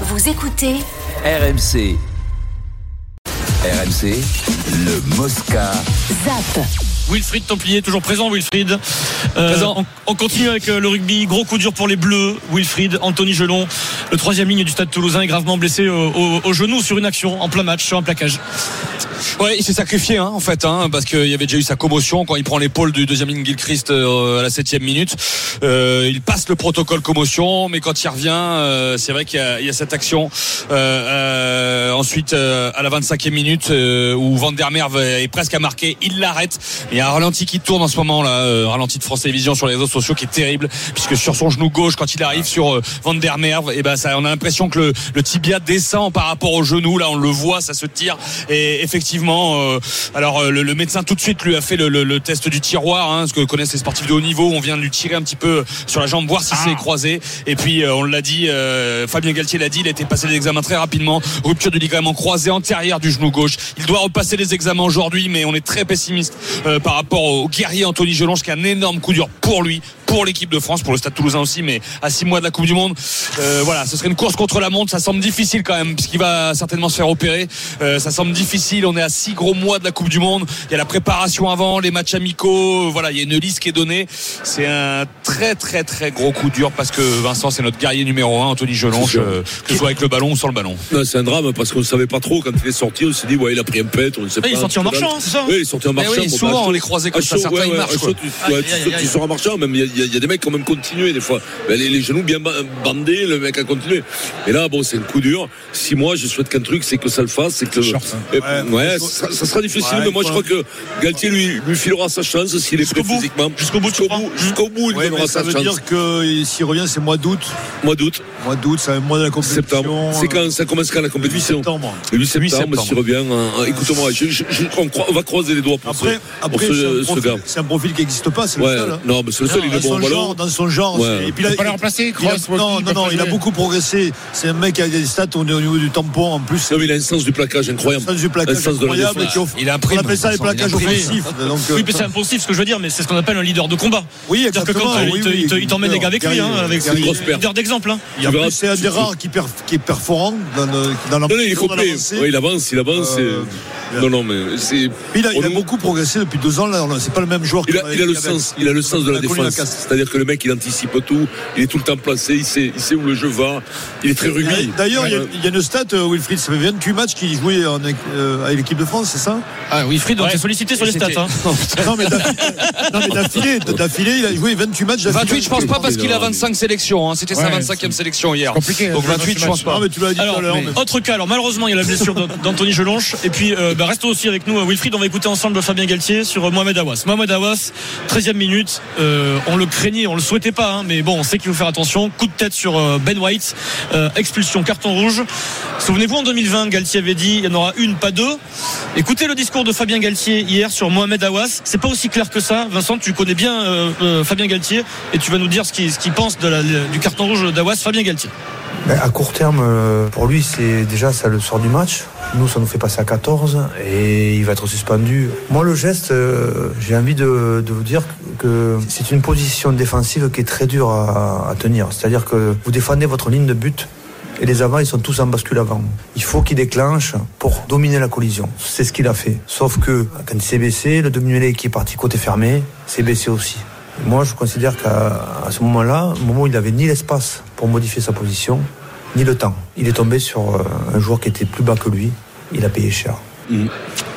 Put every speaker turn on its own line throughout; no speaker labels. Vous écoutez
RMC. RMC, le Mosca.
ZAP.
Wilfried Templier, toujours présent Wilfried. Euh, On, on continue avec euh, le rugby. Gros coup dur pour les Bleus. Wilfried, Anthony Gelon, le troisième ligne du stade toulousain, est gravement blessé au, au- au genou sur une action en plein match, sur un plaquage.
Ouais, il s'est sacrifié hein, en fait, hein, parce qu'il y avait déjà eu sa commotion quand il prend l'épaule du deuxième ligne Gilchrist euh, à la septième minute. Euh, il passe le protocole commotion, mais quand il revient, euh, c'est vrai qu'il y, a- il y a cette action. Euh, euh, ensuite, euh, à la 25e minute, euh, où Van der Merwe est presque à marquer, il l'arrête. Il y a un ralenti qui tourne en ce moment là, euh, ralenti de France Télévisions sur les réseaux sociaux qui est terrible, puisque sur son genou gauche, quand il arrive sur euh, Van der Merwe, et ben ça, on a l'impression que le, le tibia descend par rapport au genou. Là, on le voit, ça se tire. Et effectivement, euh, alors euh, le, le médecin tout de suite lui a fait le, le- le test du tiroir, hein, ce que connaissent les sportifs de haut niveau. On vient de lui tirer un petit peu sur la jambe, voir si c'est croisé. Et puis euh, on l'a dit, euh, Fabien Galtier l'a dit, il a été passé les examens très rapidement. Rupture du ligament croisé antérieur du genou gauche. Il doit repasser les examens aujourd'hui, mais on est très pessimiste euh, par rapport au guerrier Anthony Gelonge qui a un énorme coup dur pour lui, pour l'équipe de France, pour le Stade Toulousain aussi, mais à six mois de la Coupe du Monde, euh, voilà, ce serait une course contre la montre. Ça semble difficile quand même, puisqu'il va certainement se faire opérer. Euh, ça semble difficile. On est à six gros mois de la Coupe du Monde. Il y a la préparation avant, les matchs amicaux. euh, Voilà, il y a une liste qui est donnée. C'est un très très très gros coup dur parce que Vincent, c'est notre guerrier numéro un, Anthony Gelonge,
C'est sûr.
euh, que ce soit avec le ballon ou sans le ballon.
Non, c'est un drame parce qu'on ne savait pas trop quand il est sorti. On s'est dit, ouais, il a pris un pet, on ne sait pas.
Ah, il est sorti en
tout ça.
marchant, c'est ça
Oui, il est sorti en marchant.
Eh oui,
bon,
souvent
bah,
on les croisait comme
à
ça.
chaud,
Certains
ouais,
ils
ouais,
marchent.
à
quoi.
chaud, tu, ouais, tu
aïe,
sautes,
aïe,
tu
aïe.
sors en marchant, même il y a- il y, a- il y a des mecs qui ont même continué des fois. Ben, les, les genoux bien ba- bandés, le mec a continué. Et là, bon, c'est un coup dur. Si moi, je souhaite qu'un truc, c'est que ça le fasse, c'est que.
hein.
Et- ouais, ça, ça sera difficile, mais moi, je crois que Galtier lui, lui filera sa chance s'il est prêt
bout.
physiquement.
Jusqu'au bout, tu
jusqu'au
crois Hum.
bout, jusqu'au bout, il
Ouais,
donnera
mais ça
sa
veut
chance.
dire que s'il revient, c'est mois d'août.
Mois d'août,
Mois d'août, c'est un mois de la compétition.
septembre. C'est
euh,
quand ça commence quand la compétition
septembre. Euh,
le 8 septembre,
septembre.
s'il revient, hein, hein, écoute-moi, je- je- je- on, croit- on va croiser les doigts pour
Après,
ce, pour
après
ce-
c'est un
ce
profil-
gars.
c'est un, profil qui n'existe pas, c'est
Ouais,
le seul. hein.
non, mais c'est le seul, il
dans
est bon au
son
ballon.
genre, dans son genre.
Ouais.
c'est- Et puis là,
Faut pas le
il-
remplacer,
il a-
Kroos, Walkie,
non,
il
non,
peut
non,
pas
il a
jouer.
beaucoup progressé. C'est un mec qui a des stats au au niveau du tampon en plus.
Non, mais il a un sens du plaquage incroyable.
Un sens du plaquage
Un sens de la
incroyable.
défense.
qui offre-
Il a un
On
prime,
appelle ça les
Vincent, il a un
plaquages
prime.
offensifs. donc, euh,
Oui, mais c'est impensif ce que je veux dire, mais c'est ce qu'on appelle un leader de combat.
Oui,
C'est-à-dire que
exactement.
quand euh,
Oui,
il te-
oui,
il te- il t'emmène les gars avec lui, hein,
Gary,
avec
Gary.
une grosse perte.
leader d'exemple. hein.
Tu verras-
C'est un des rares qui, per- qui est perforant dans le- dans
Non, non, il est
l'amplitude, dans
complet.
l'avancée.
Ouais, il avance, il avance.
Euh,
et- Non, non, mais c'est.
Il a, il a
on-
beaucoup progressé depuis deux ans. Là, on a- c'est pas le même joueur.
Il a,
qu'on avait
il a le
qu'il y avait.
sens, il a le sens de la
On a connu
défense.
casse.
C'est-à-dire que le mec, il anticipe tout, il est tout le temps placé, il sait, il sait où le jeu va, il est très rugby.
D'ailleurs, il y a-
Ouais.
il y, a une stat, euh, Wilfried, ça fait 28 matchs qu'il jouait en, euh, avec l'équipe de France, c'est ça
Ah, Wilfried,
Donc
on
c'est
s'est
sollicité sur les stats. hein.
Non, mais d'affilée, non, mais d'affilée, d'affilée, il a joué 28 matchs d'affilée.
28, je pense pas parce qu'il a 25 sélections. hein. C'était sa
Ouais,
25e sélection hier.
compliqué,
Donc
hein, de
28, je
jouer
pense
ce
pas.
Non, mais tu l'as dit
Alors,
tout à l'heure.
mais-
mais-
autre cas, alors malheureusement, il y a la blessure d'An- d'Anthony Gelonche. Et puis, euh, bah, restez aussi avec nous, euh, Wilfried. On va écouter ensemble Fabien Galtier sur euh, Mohamed Awas. Mohamed Awas, 13 e minute. Euh, on le craignait, on le souhaitait pas, hein, mais bon, on sait qu'il faut faire attention. Coup de tête sur euh, Ben White, Euh, expulsion, carton rouge. Souvenez-vous, en 2020, Galtier avait dit il y en aura une, pas deux. Écoutez le discours de Fabien Galtier hier sur Mohamed Awas. C'est pas aussi clair que ça. Vincent, tu connais bien euh, euh, Fabien Galtier et tu vas nous dire ce qu'il ce qu'il pense de la- du carton rouge d'Awas. Fabien Galtier.
Ben, à court terme, euh, pour lui, c'est déjà ça le sort du match. Nous, ça nous fait passer à 14 et il va être suspendu. Moi, le geste, euh, j'ai envie de, de vous dire que c'est une position défensive qui est très dure à, à tenir. C'est-à-dire que vous défendez votre ligne de but. Et les avants, ils sont tous en bascule avant. Il faut qu'il déclenche pour dominer la collision. C'est ce qu'il a fait. Sauf que quand il s'est baissé, le demi-mêlé qui est parti côté fermé s'est baissé aussi. Moi, je considère qu'à à ce moment-là, au moment où il n'avait ni l'espace pour modifier sa position, ni le temps, il est tombé sur euh, un joueur qui était plus bas que lui. Il a payé cher.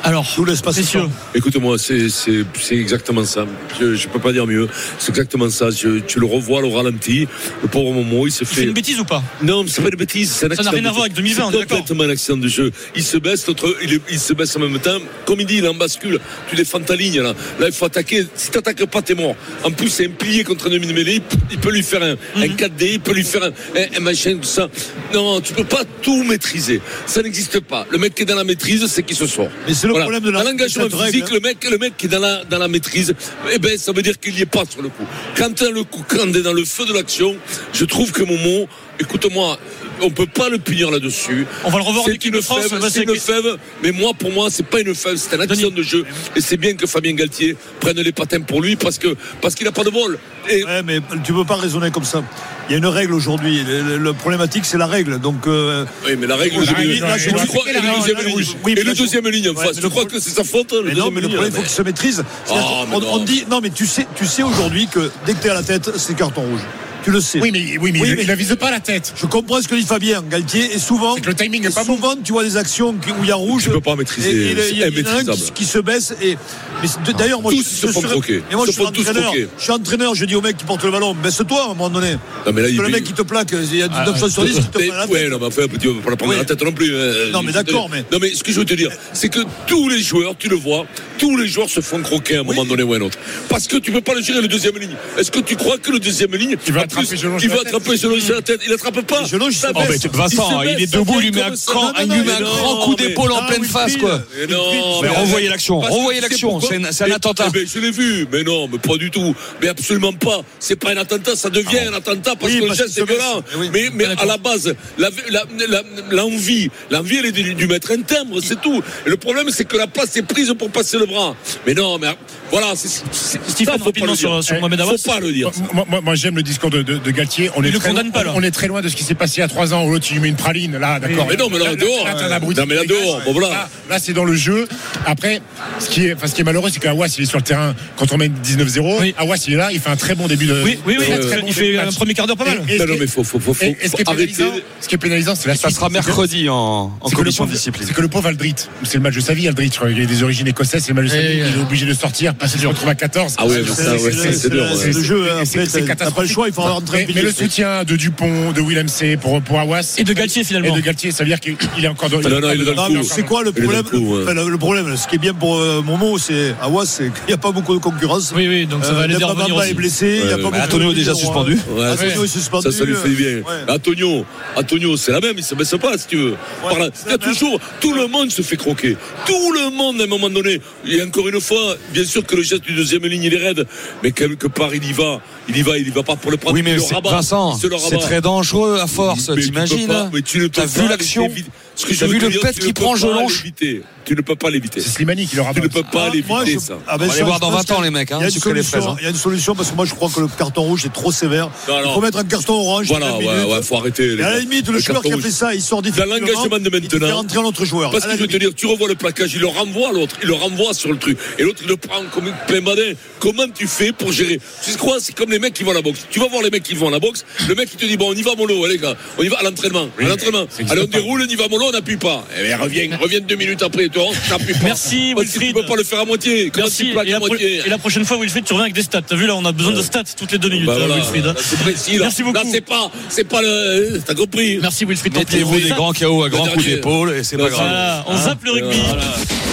Alors,
Nous laisse passer
messieurs,
Écoute-moi, c'est c'est- c'est exactement ça. Je, je peux pas dire mieux. C'est exactement ça. Je- tu le revois, le ralenti. Le pauvre Momo, il se
il fait
fait.
une bêtise ou pas
Non, mais c'est pas une bêtise. C'est un
Ça n'a
accident
rien à
de
voir
jeu.
avec 2020, on est
C'est
d'accord.
complètement un accident de jeu. Il se baisse, l'autre, il, est- il se baisse en même temps. Comme il dit, il en bascule. Tu défends ta ligne, là. Là, il faut attaquer. Si t'attaques pas, t'es mort. En plus, c'est un pilier contre un demi-mêlée. Il, peut- il peut lui faire un,
Mhm.
un 4D, il peut lui faire un, un- un machin, tout ça. Non, tu peux pas tout maîtriser. Ça n'existe pas. Le mec qui est dans la maîtrise, c'est qu'il se sort.
Mais c'est le
Voilà.
problème de la
Dans l'engagement
cette règle,
physique,
hein.
le mec, le mec qui est dans la, dans la maîtrise, eh ben, ça veut dire qu'il n'y est pas sur le coup. Quand t'as le coup, quand on est dans le feu de l'action, je trouve que Momo, écoute-moi, on peut pas le punir là-dessus.
On va le revoir en
C'est
équipe de
une
France. on
faible,
va
c'est une
s'écouter.
faible, mais moi, pour moi, c'est pas une faible, c'est un action de jeu. Et c'est bien que Fabien Galtier prenne les patins pour lui parce que parce qu'il a pas de bol. Et
Ouais, mais tu peux pas raisonner comme ça. Il y a une règle aujourd'hui. Le, le- le problématique, c'est la règle. Donc, euh,
oui, mais la règle, je
règle,
lui-
là,
tu
je dois
crois- et
appliquer la
le deuxième
règle.
ligne,
Oui,
et
mais
le
là, je-
deuxième ligne en
Ouais,
face.
mais
Tu
le
crois
pro-
que c'est sa faute le
mais non,
deuxième
mais
ligne,
le
hein,
problème, il
là,
faut qu'il se maîtrise. C'est-à-dire
Oh, mais
qu'on-
non.
on dit, non, mais tu sais, tu sais aujourd'hui que dès que t'es à la tête, c'est carton rouge. Tu le sais.
Oui, mais, oui, mais
Oui,
il,
mais-
il avise pas la tête.
Je comprends ce que dit Fabien Galtier et souvent,
C'est que le timing est
et
pas bon.
souvent tu vois des actions qui- où il y a rouge.
Tu peux pas maîtriser,
et il-
c'est
Il y, a- il y en a un qui- qui,
immaîtrisable.
se baisse. Et, mais c'est- d'ailleurs, moi,
Tous
je,
se
je
font
suis-
croquer.
mais moi,
Se
je suis
font tous
entraîneur.
croquer.
Je suis entraîneur. Je dis au mec qui porte le ballon, baisse-toi à un moment donné.
Non, mais là,
Parce
il- Ah,
que le mec qui te plaque, il y a 9 chances sur 10 qui te
Mais-
plaque la
ouais,
tête.
non, mais enfin, tu vas pas la prendre
Oui.
la tête non plus. hein.
Non, mais d'accord, mais-
Non, mais ce que je veux te dire, c'est que tous les joueurs, tu le vois, tous les joueurs se font croquer à un moment donné ou à un autre. Parce que tu peux pas le gérer le deuxième ligne. Est-ce que tu crois que le deuxième ligne,
Il va
en plus,
attraper Jelon
il
sur
va
la tête.
attraper Jelon sur la tête, il attrape pas.
Jelon, je
Ça
sais pas.
baisse.
Ah, mais
Oh, Vincent, il,
se
est
baisse,
debout,
ça
il lui met
vient
un,
comme ça.
cran-
Non,
il
non,
lui
non,
met un
mais
grand
non,
coup
mais-
d'épaule en
Ah,
pleine
oui,
face,
Phil.
quoi.
Mais non,
Mais
mais-
renvoyez l'action,
Parce que
renvoyez
tu sais
l'action,
pourquoi
c'est un- c'est un
Mais-
attentat.
eh ben, je l'ai vu, mais non, mais pas du tout. Mais absolument pas. C'est pas un attentat, ça devient
Ah
un attentat parce
Oui,
que le
parce
geste
qu'il
est
se blesse.
violent.
Oui.
Mais, mais à la base, la- la- la- l'envie, l'envie, elle est du, du maître un timbre, c'est tout. Et le problème, c'est que la place est prise pour passer le bras. Mais non, mais voilà, c'est c'est-
Stephen,
ça, faut pas
rapidement
le
sur-
dire. Eh,
sur Mohamed Awas.
Faut pas le dire.
Moi, moi- moi, moi, j'aime le discours de, de- de Galtier. On est,
ne
très
condamne
loin,
pas, là.
on est très loin de ce qui s'est passé à trois ans. L'autre, il lui met une praline. Là, d'accord.
Mais non, mais là, dehors,
t'as un
euh,
abruti
non, mais là,
qui dégage.
dehors, bon, voilà.
Là, là, c'est dans le jeu. Après, ce qui est, enfin, ce qui est malheureux, c'est qu'Awas, il est sur le terrain quand on mène 19-0.
Oui.
Awas, il est là. Il fait un très bon début de.
Oui, oui, oui,
très,
il
très
fait-
bon
il
début
fait
de
un
match.
premier quart d'heure pas mal.
Et- et-
Non, non, mais faut, faut, faut, faut,
et- et ce qui est
faut arrêter.
pénalisant, ce qui est pénalisant, c'est la
Ça
suite.
sera
C'est que-
mercredi en, en
c'est que le
commission de
pauvre-
discipline.
C'est que le pauvre Aldrit, c'est le match de sa vie, Aldrit. je crois, Il est des origines écossaises, c'est le match de sa
Eh,
vie. Il
euh,
est obligé de sortir parce qu'il se retrouve à 14.
Ah ouais, mais
C'est
ça, ouais,
c'est-
ça,
c'est
c'est dur.
le c'est
ouais.
le jeu. hein.
C'est-
Après, t'as
c'est
t'as pas le
catastrophique.
choix, il faut avoir un
Mais,
train
mais le soutien de Dupont, de Willem C pour, pour Awas.
Et de Galtier, finalement.
Et de Galtier, ça veut dire qu'il il est encore dans
Ah Non, non, il est dans le
Non,
coup.
mais c'est quoi le
Il est dans le
problème
coup, ouais.
Enfin, le, le problème, ce qui est bien pour euh, Momo, c'est à Ouas, c'est qu'il n'y a pas beaucoup de concurrence.
Oui, oui, donc ça va
Euh,
les faire
Dembaba
revenir
est
aussi.
blessé. il y a
Ouais,
pas
ouais.
beaucoup
Antonio
de
déjà
leaders,
suspendu.
hein.
Ouais,
Antonio
ouais.
est suspendu. euh,
Ça, ça lui fait bien. Ah,
Ouais.
Antonio, Antonio, c'est la même, il se baisse pas, si tu veux. Par là,
c'est
il y a
la même.
toujours, tout le monde se fait croquer. Tout le monde, à un moment donné. Et encore une fois, bien sûr que le geste du deuxième ligne, il est raide, mais quelque part, il y va. Il y va, il y va pas pour le prendre.
Oui,
il
mais
le
c'est-
rabat,
Vincent,
il se le
c'est
rabat.
très dangereux à force,
Mais tu peux pas-
t'imagines hein
mais tu ne peux
T'as
pas
vu l'action
l'éviter. Ce que je
T'as
veux
vu
te
le
dire,
pet
tu
qui
ne peux
prend
pas
Jelonche
l'éviter. Tu ne peux pas l'éviter.
C'est Slimani qui le
Tu
rabat.
ne peux pas
Ah, moi,
l'éviter,
je-
ça.
Ah, ben,
On va
ça,
les voir
je
dans
pense
20 ans,
qu'il y a-
les mecs, hein,
il y a une
c'est que les
solution,
fraises, hein.
Il y a une solution parce que moi, je crois que le carton rouge est trop sévère.
Non,
Il
non.
faut mettre un carton orange.
Voilà,
cinq
ouais,
minutes.
ouais, faut arrêter. les
Et à la
gars.
limite, le
Le
joueur qui a
défense.
fait ça, il sort difficilement.
l'engagement de
Il fait
maintenant.
rentrer un autre joueur.
Parce
Ah,
À la
que je veux te dire,
limite.
tu revois le plaquage, il le renvoie l'autre, il le renvoie sur le truc. Et l'autre, il le prend comme une plein badin. Comment tu fais pour gérer Tu sais quoi C'est comme les mecs qui vont à la boxe. Tu vas voir les mecs qui vont à la boxe. Le mec, il te dit Bon, on y va mollo, allez, gars. On y va à l'entraînement. à l'entraînement. Allez, on déroule, on y va mollo, on n'appuie pas. Eh bien, reviens, reviens deux minutes après, tu rentres, t'appuies pas.
Merci,
Parce que
Wilfried.
Tu peux pas le faire à moitié. Comment
Merci.
tu
Et
plaques
la,
à
pro-
moitié
et la prochaine fois, Wilfried, tu reviens avec des stats. T'as vu, là, on a besoin de stats toutes les deux minutes,
Bah
euh,
voilà.
Wilfried. hein.
Là, C'est précis, là.
Merci beaucoup.
Là, c'est pas, c'est pas le. euh, T'as compris
Merci, Wilfried. tant pis.
Mettez-vous
On
des
zappe.
grands KO à grands coups
dernier.
d'épaule et c'est pas
Voilà.
grave.
Voilà, on zappe le rugby.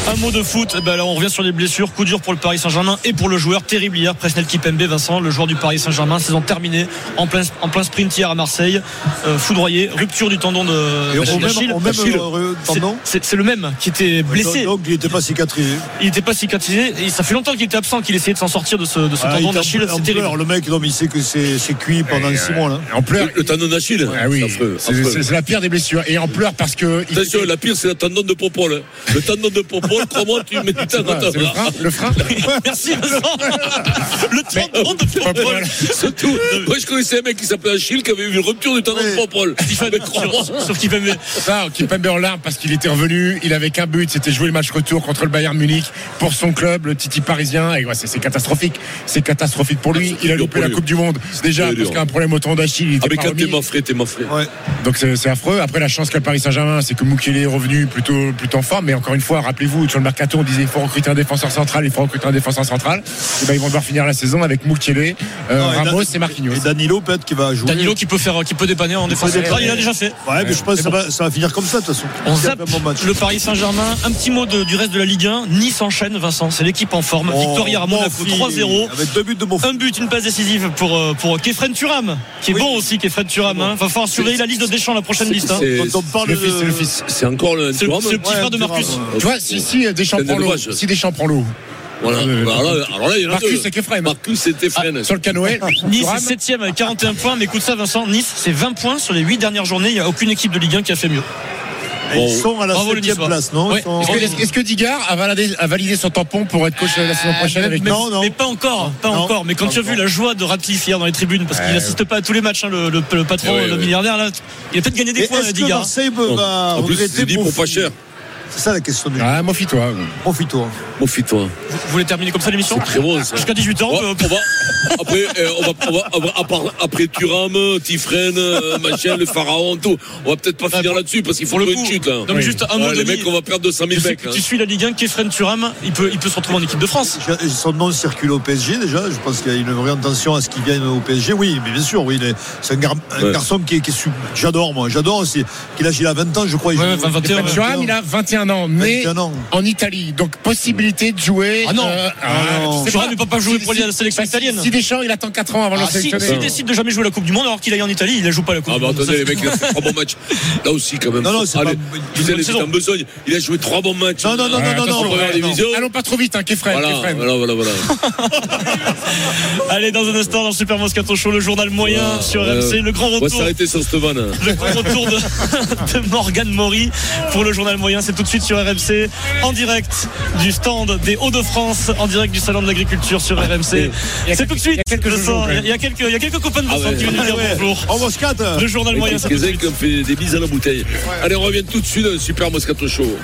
Un mot de foot. Eh ben là, on revient sur les blessures. Coup dur pour le Paris Saint-Germain et pour le joueur terrible hier, Presnel Kipembe, Vincent, le joueur du Paris Saint-Germain. Saison terminée en plein, en plein sprint hier à Marseille. Euh, foudroyé, rupture du tendon de
Et au
d'Achille.
même- au même
D'Achille.
euh,
C'est-
tendon.
C'est c'est le même qui était blessé.
Donc, il n'était pas cicatrisé.
Il n'était pas cicatrisé. Et ça fait longtemps qu'il était absent, qu'il essayait de s'en sortir de ce, de ce
Ah, il
tendon
était en
d'Achille.
pleurs,
C'est
en
terrible.
pleurs, Le mec, non, mais il sait que c'est c'est cuit pendant 6 mois. là.
Euh, En pleurs.
Le, le tendon d'Achille.
Ah oui,
C'est affreux,
c'est-
affreux.
c'est c'est la pire des blessures. Et en pleurs parce que. il-
Attention, la pire, c'est le tendon de Popol. hein. Le tendon de Popol, crois-moi, tu mets du temps
Ah,
à
c'est le frein, le frein.
Merci Vincent. Le tendon de Popol.
Voilà.
Surtout, moi, je connaissais un mec qui s'appelait Achille qui avait eu une rupture du tendon de
Oui.
Popol. Mais crois-moi. Ah,
Sur- Sur Kipembe.
Ça, Kimpembe en larmes parce qu'il était revenu. Il avait qu'un but, c'était jouer le match retour contre le Bayern Munich pour son club, le Titi parisien. Et ouais, c'est c'est catastrophique. C'est catastrophique pour lui. Il a
dur
loupé
pour
la
lui.
Coupe du Monde. Déjà,
très
parce
dur.
qu'un problème au tendon d'Achille, il était
Ah, mais
pas
quand t'es
remis.
mafré, t'es mafré.
Ouais.
Donc c'est c'est affreux. Après la chance que le Paris Saint-Germain, c'est que Mukele est revenu plutôt plutôt en forme. Mais encore une fois, rappelez-vous sur le mercato, on disait il faut recruter un défenseur central, il faut recruter un défenseur central. Et ben ils vont devoir finir la saison avec Mukele, euh,
Non, et Dan-
Ramos et Marquinhos.
Et Danilo, peut-être, qui va jouer.
Danilo qui peut faire, qui peut dépanner en défense
peut
centrale,
dépanner.
il l'a déjà fait.
Ouais, mais je pense que ça va, ça va finir comme ça, de toute façon.
On
C'est un
zappe
bon match.
le Paris Saint-Germain. Un petit mot de- du reste de la Ligue 1. Nice enchaîne, Vincent. C'est l'équipe en forme.
Oh,
Victoire hier à Monaco,
Mofi,
3-0.
Avec deux buts de Mofi.
Un but, une passe décisive pour, euh, pour Kefren Turam, qui est
Oui.
bon aussi, Kefren Turam. hein. Va falloir surveiller la liste de Deschamps, la prochaine liste. hein.
C'est
Quand on parle
le
de...
fils, c'est le fils.
c'est encore le.
C'est
tu
le-
vois,
c'est le petit
Ouais,
frère de
Thuram,
Marcus.
ouais.
Tu vois, si, si Deschamps
C'est
prend l'eau,
dommage.
si Deschamps prend l'eau,
Voilà.
Euh,
Bah, alors, là- alors là, il y en a
Marcus
deux.
et Kefren. Ah,
Marcus, c'était Fren.
Sur le canoë.
Nice
Thuram.
est 7 avec 41 points, mais écoute ça Vincent, Nice c'est 20 points sur les 8 dernières journées, il n'y a aucune équipe de Ligue 1 qui a fait mieux.
Et Ils sont à la
Bravo, le
7
Niçois.
place, non Ils
Ouais.
sont-
Est-ce que, est-ce que Digard a validé, a validé son tampon pour être coach la saison prochaine avec
Mais,
nous
Non, non.
mais pas encore, pas
Non.
encore. Mais quand
Pas
tu as vu
encore.
la joie de Ratcliffe hier dans les tribunes, parce qu'il n'assiste pas à tous les matchs, hein, le, le- le patron,
Ouais, ouais,
le
ouais.
milliardaire, là, il a peut-être gagné
Et
des hein, euh, points,
Est-ce que
Digard.
Marseille peut-
Non.
va
En plus,
regretter
c'est dit pour
Bofi-
pas cher.
C'est ça la question du
Ah, Mofi-toi.
Profite-toi.
Profite-toi.
Vous vous voulez terminer comme ça l'émission
Très bon, ça.
Jusqu'à 18 ans,
Ouais,
euh,
on va- après, euh, on va, on va- on va- à part- après Turam, euh, Tifren, euh, machin, le Pharaon, tout. On va peut-être pas finir là-dessus parce qu'il faut
pour le
trouver
coup.
une chute, là.
Non, mais juste un mot
Ouais, hein. Ah, les
Denis.
mecs, on va perdre 200
Je
000
sais
mecs. hein.
que
là.
tu suis la Ligue 1, Kefren Turam, il peut, il peut se retrouver en équipe de France.
Je- Son nom circule au PSG déjà. Je pense qu'il y a une vraie intention à ce qu'il vienne au PSG. Oui, mais bien sûr, oui. il est- C'est un, gar- un
Ouais.
garçon qui est, qui est sub- J'adore, moi. J'adore aussi. Qu'il a, il a 20 ans, je crois. il
Ouais,
joue-
20, 21, ouais.
Thuram, il a 21 ans, mais
21 ans.
en Italie. Donc, possibilité de jouer. euh,
Ah non.
Ah non.
je sais
Thuram, il peut pas jouer pour la sélection
bah, si-
italienne.
Si Deschamps, il attend 4 ans avant de
Ah,
le
si- S'il
sélectionner.
décide de jamais jouer la Coupe du Monde alors qu'il aille en Italie, il ne joue pas la Coupe
Ah,
du
bah
Monde.
attendez,
Ça,
les mecs, il a fait trois bons matchs. Là aussi, quand même.
Non, non, c'est
Allez,
pas-
tu sais,
bonne
les
saison.
en besogne. Il a joué trois bons matchs.
Non,
Ah,
non, non,
Ouais,
non, non,
attention,
non.
Première
ouais, non.
division.
Allons pas trop vite, hein, Kefren.
Voilà,
Kefren.
voilà, voilà, voilà.
Allez, dans un instant, dans le Super Moscato Show, le journal moyen
Ouais,
sur
ouais.
RMC, le grand
On va
retour.
s'arrêter sur cette vanne.
Le grand retour de, de Morgane Maury pour le journal moyen, c'est tout de suite sur RMC, en direct du stand des Hauts-de-France, en direct du salon de l'agriculture sur RMC.
Il y a
C'est tout de suite.
il y a quelques
je
jours,
sens.
quand même.
Il y a quelques, il y a quelques copains de
Ah
Vincent
ouais.
qui viennent nous dire bonjour.
En Oh, Moscate euh,
Le journal moyen,
Avec
c'est tout de
Kézek,
suite.
on fait des bises à la bouteille. Allez, on revient tout de suite à un super Moscato Show.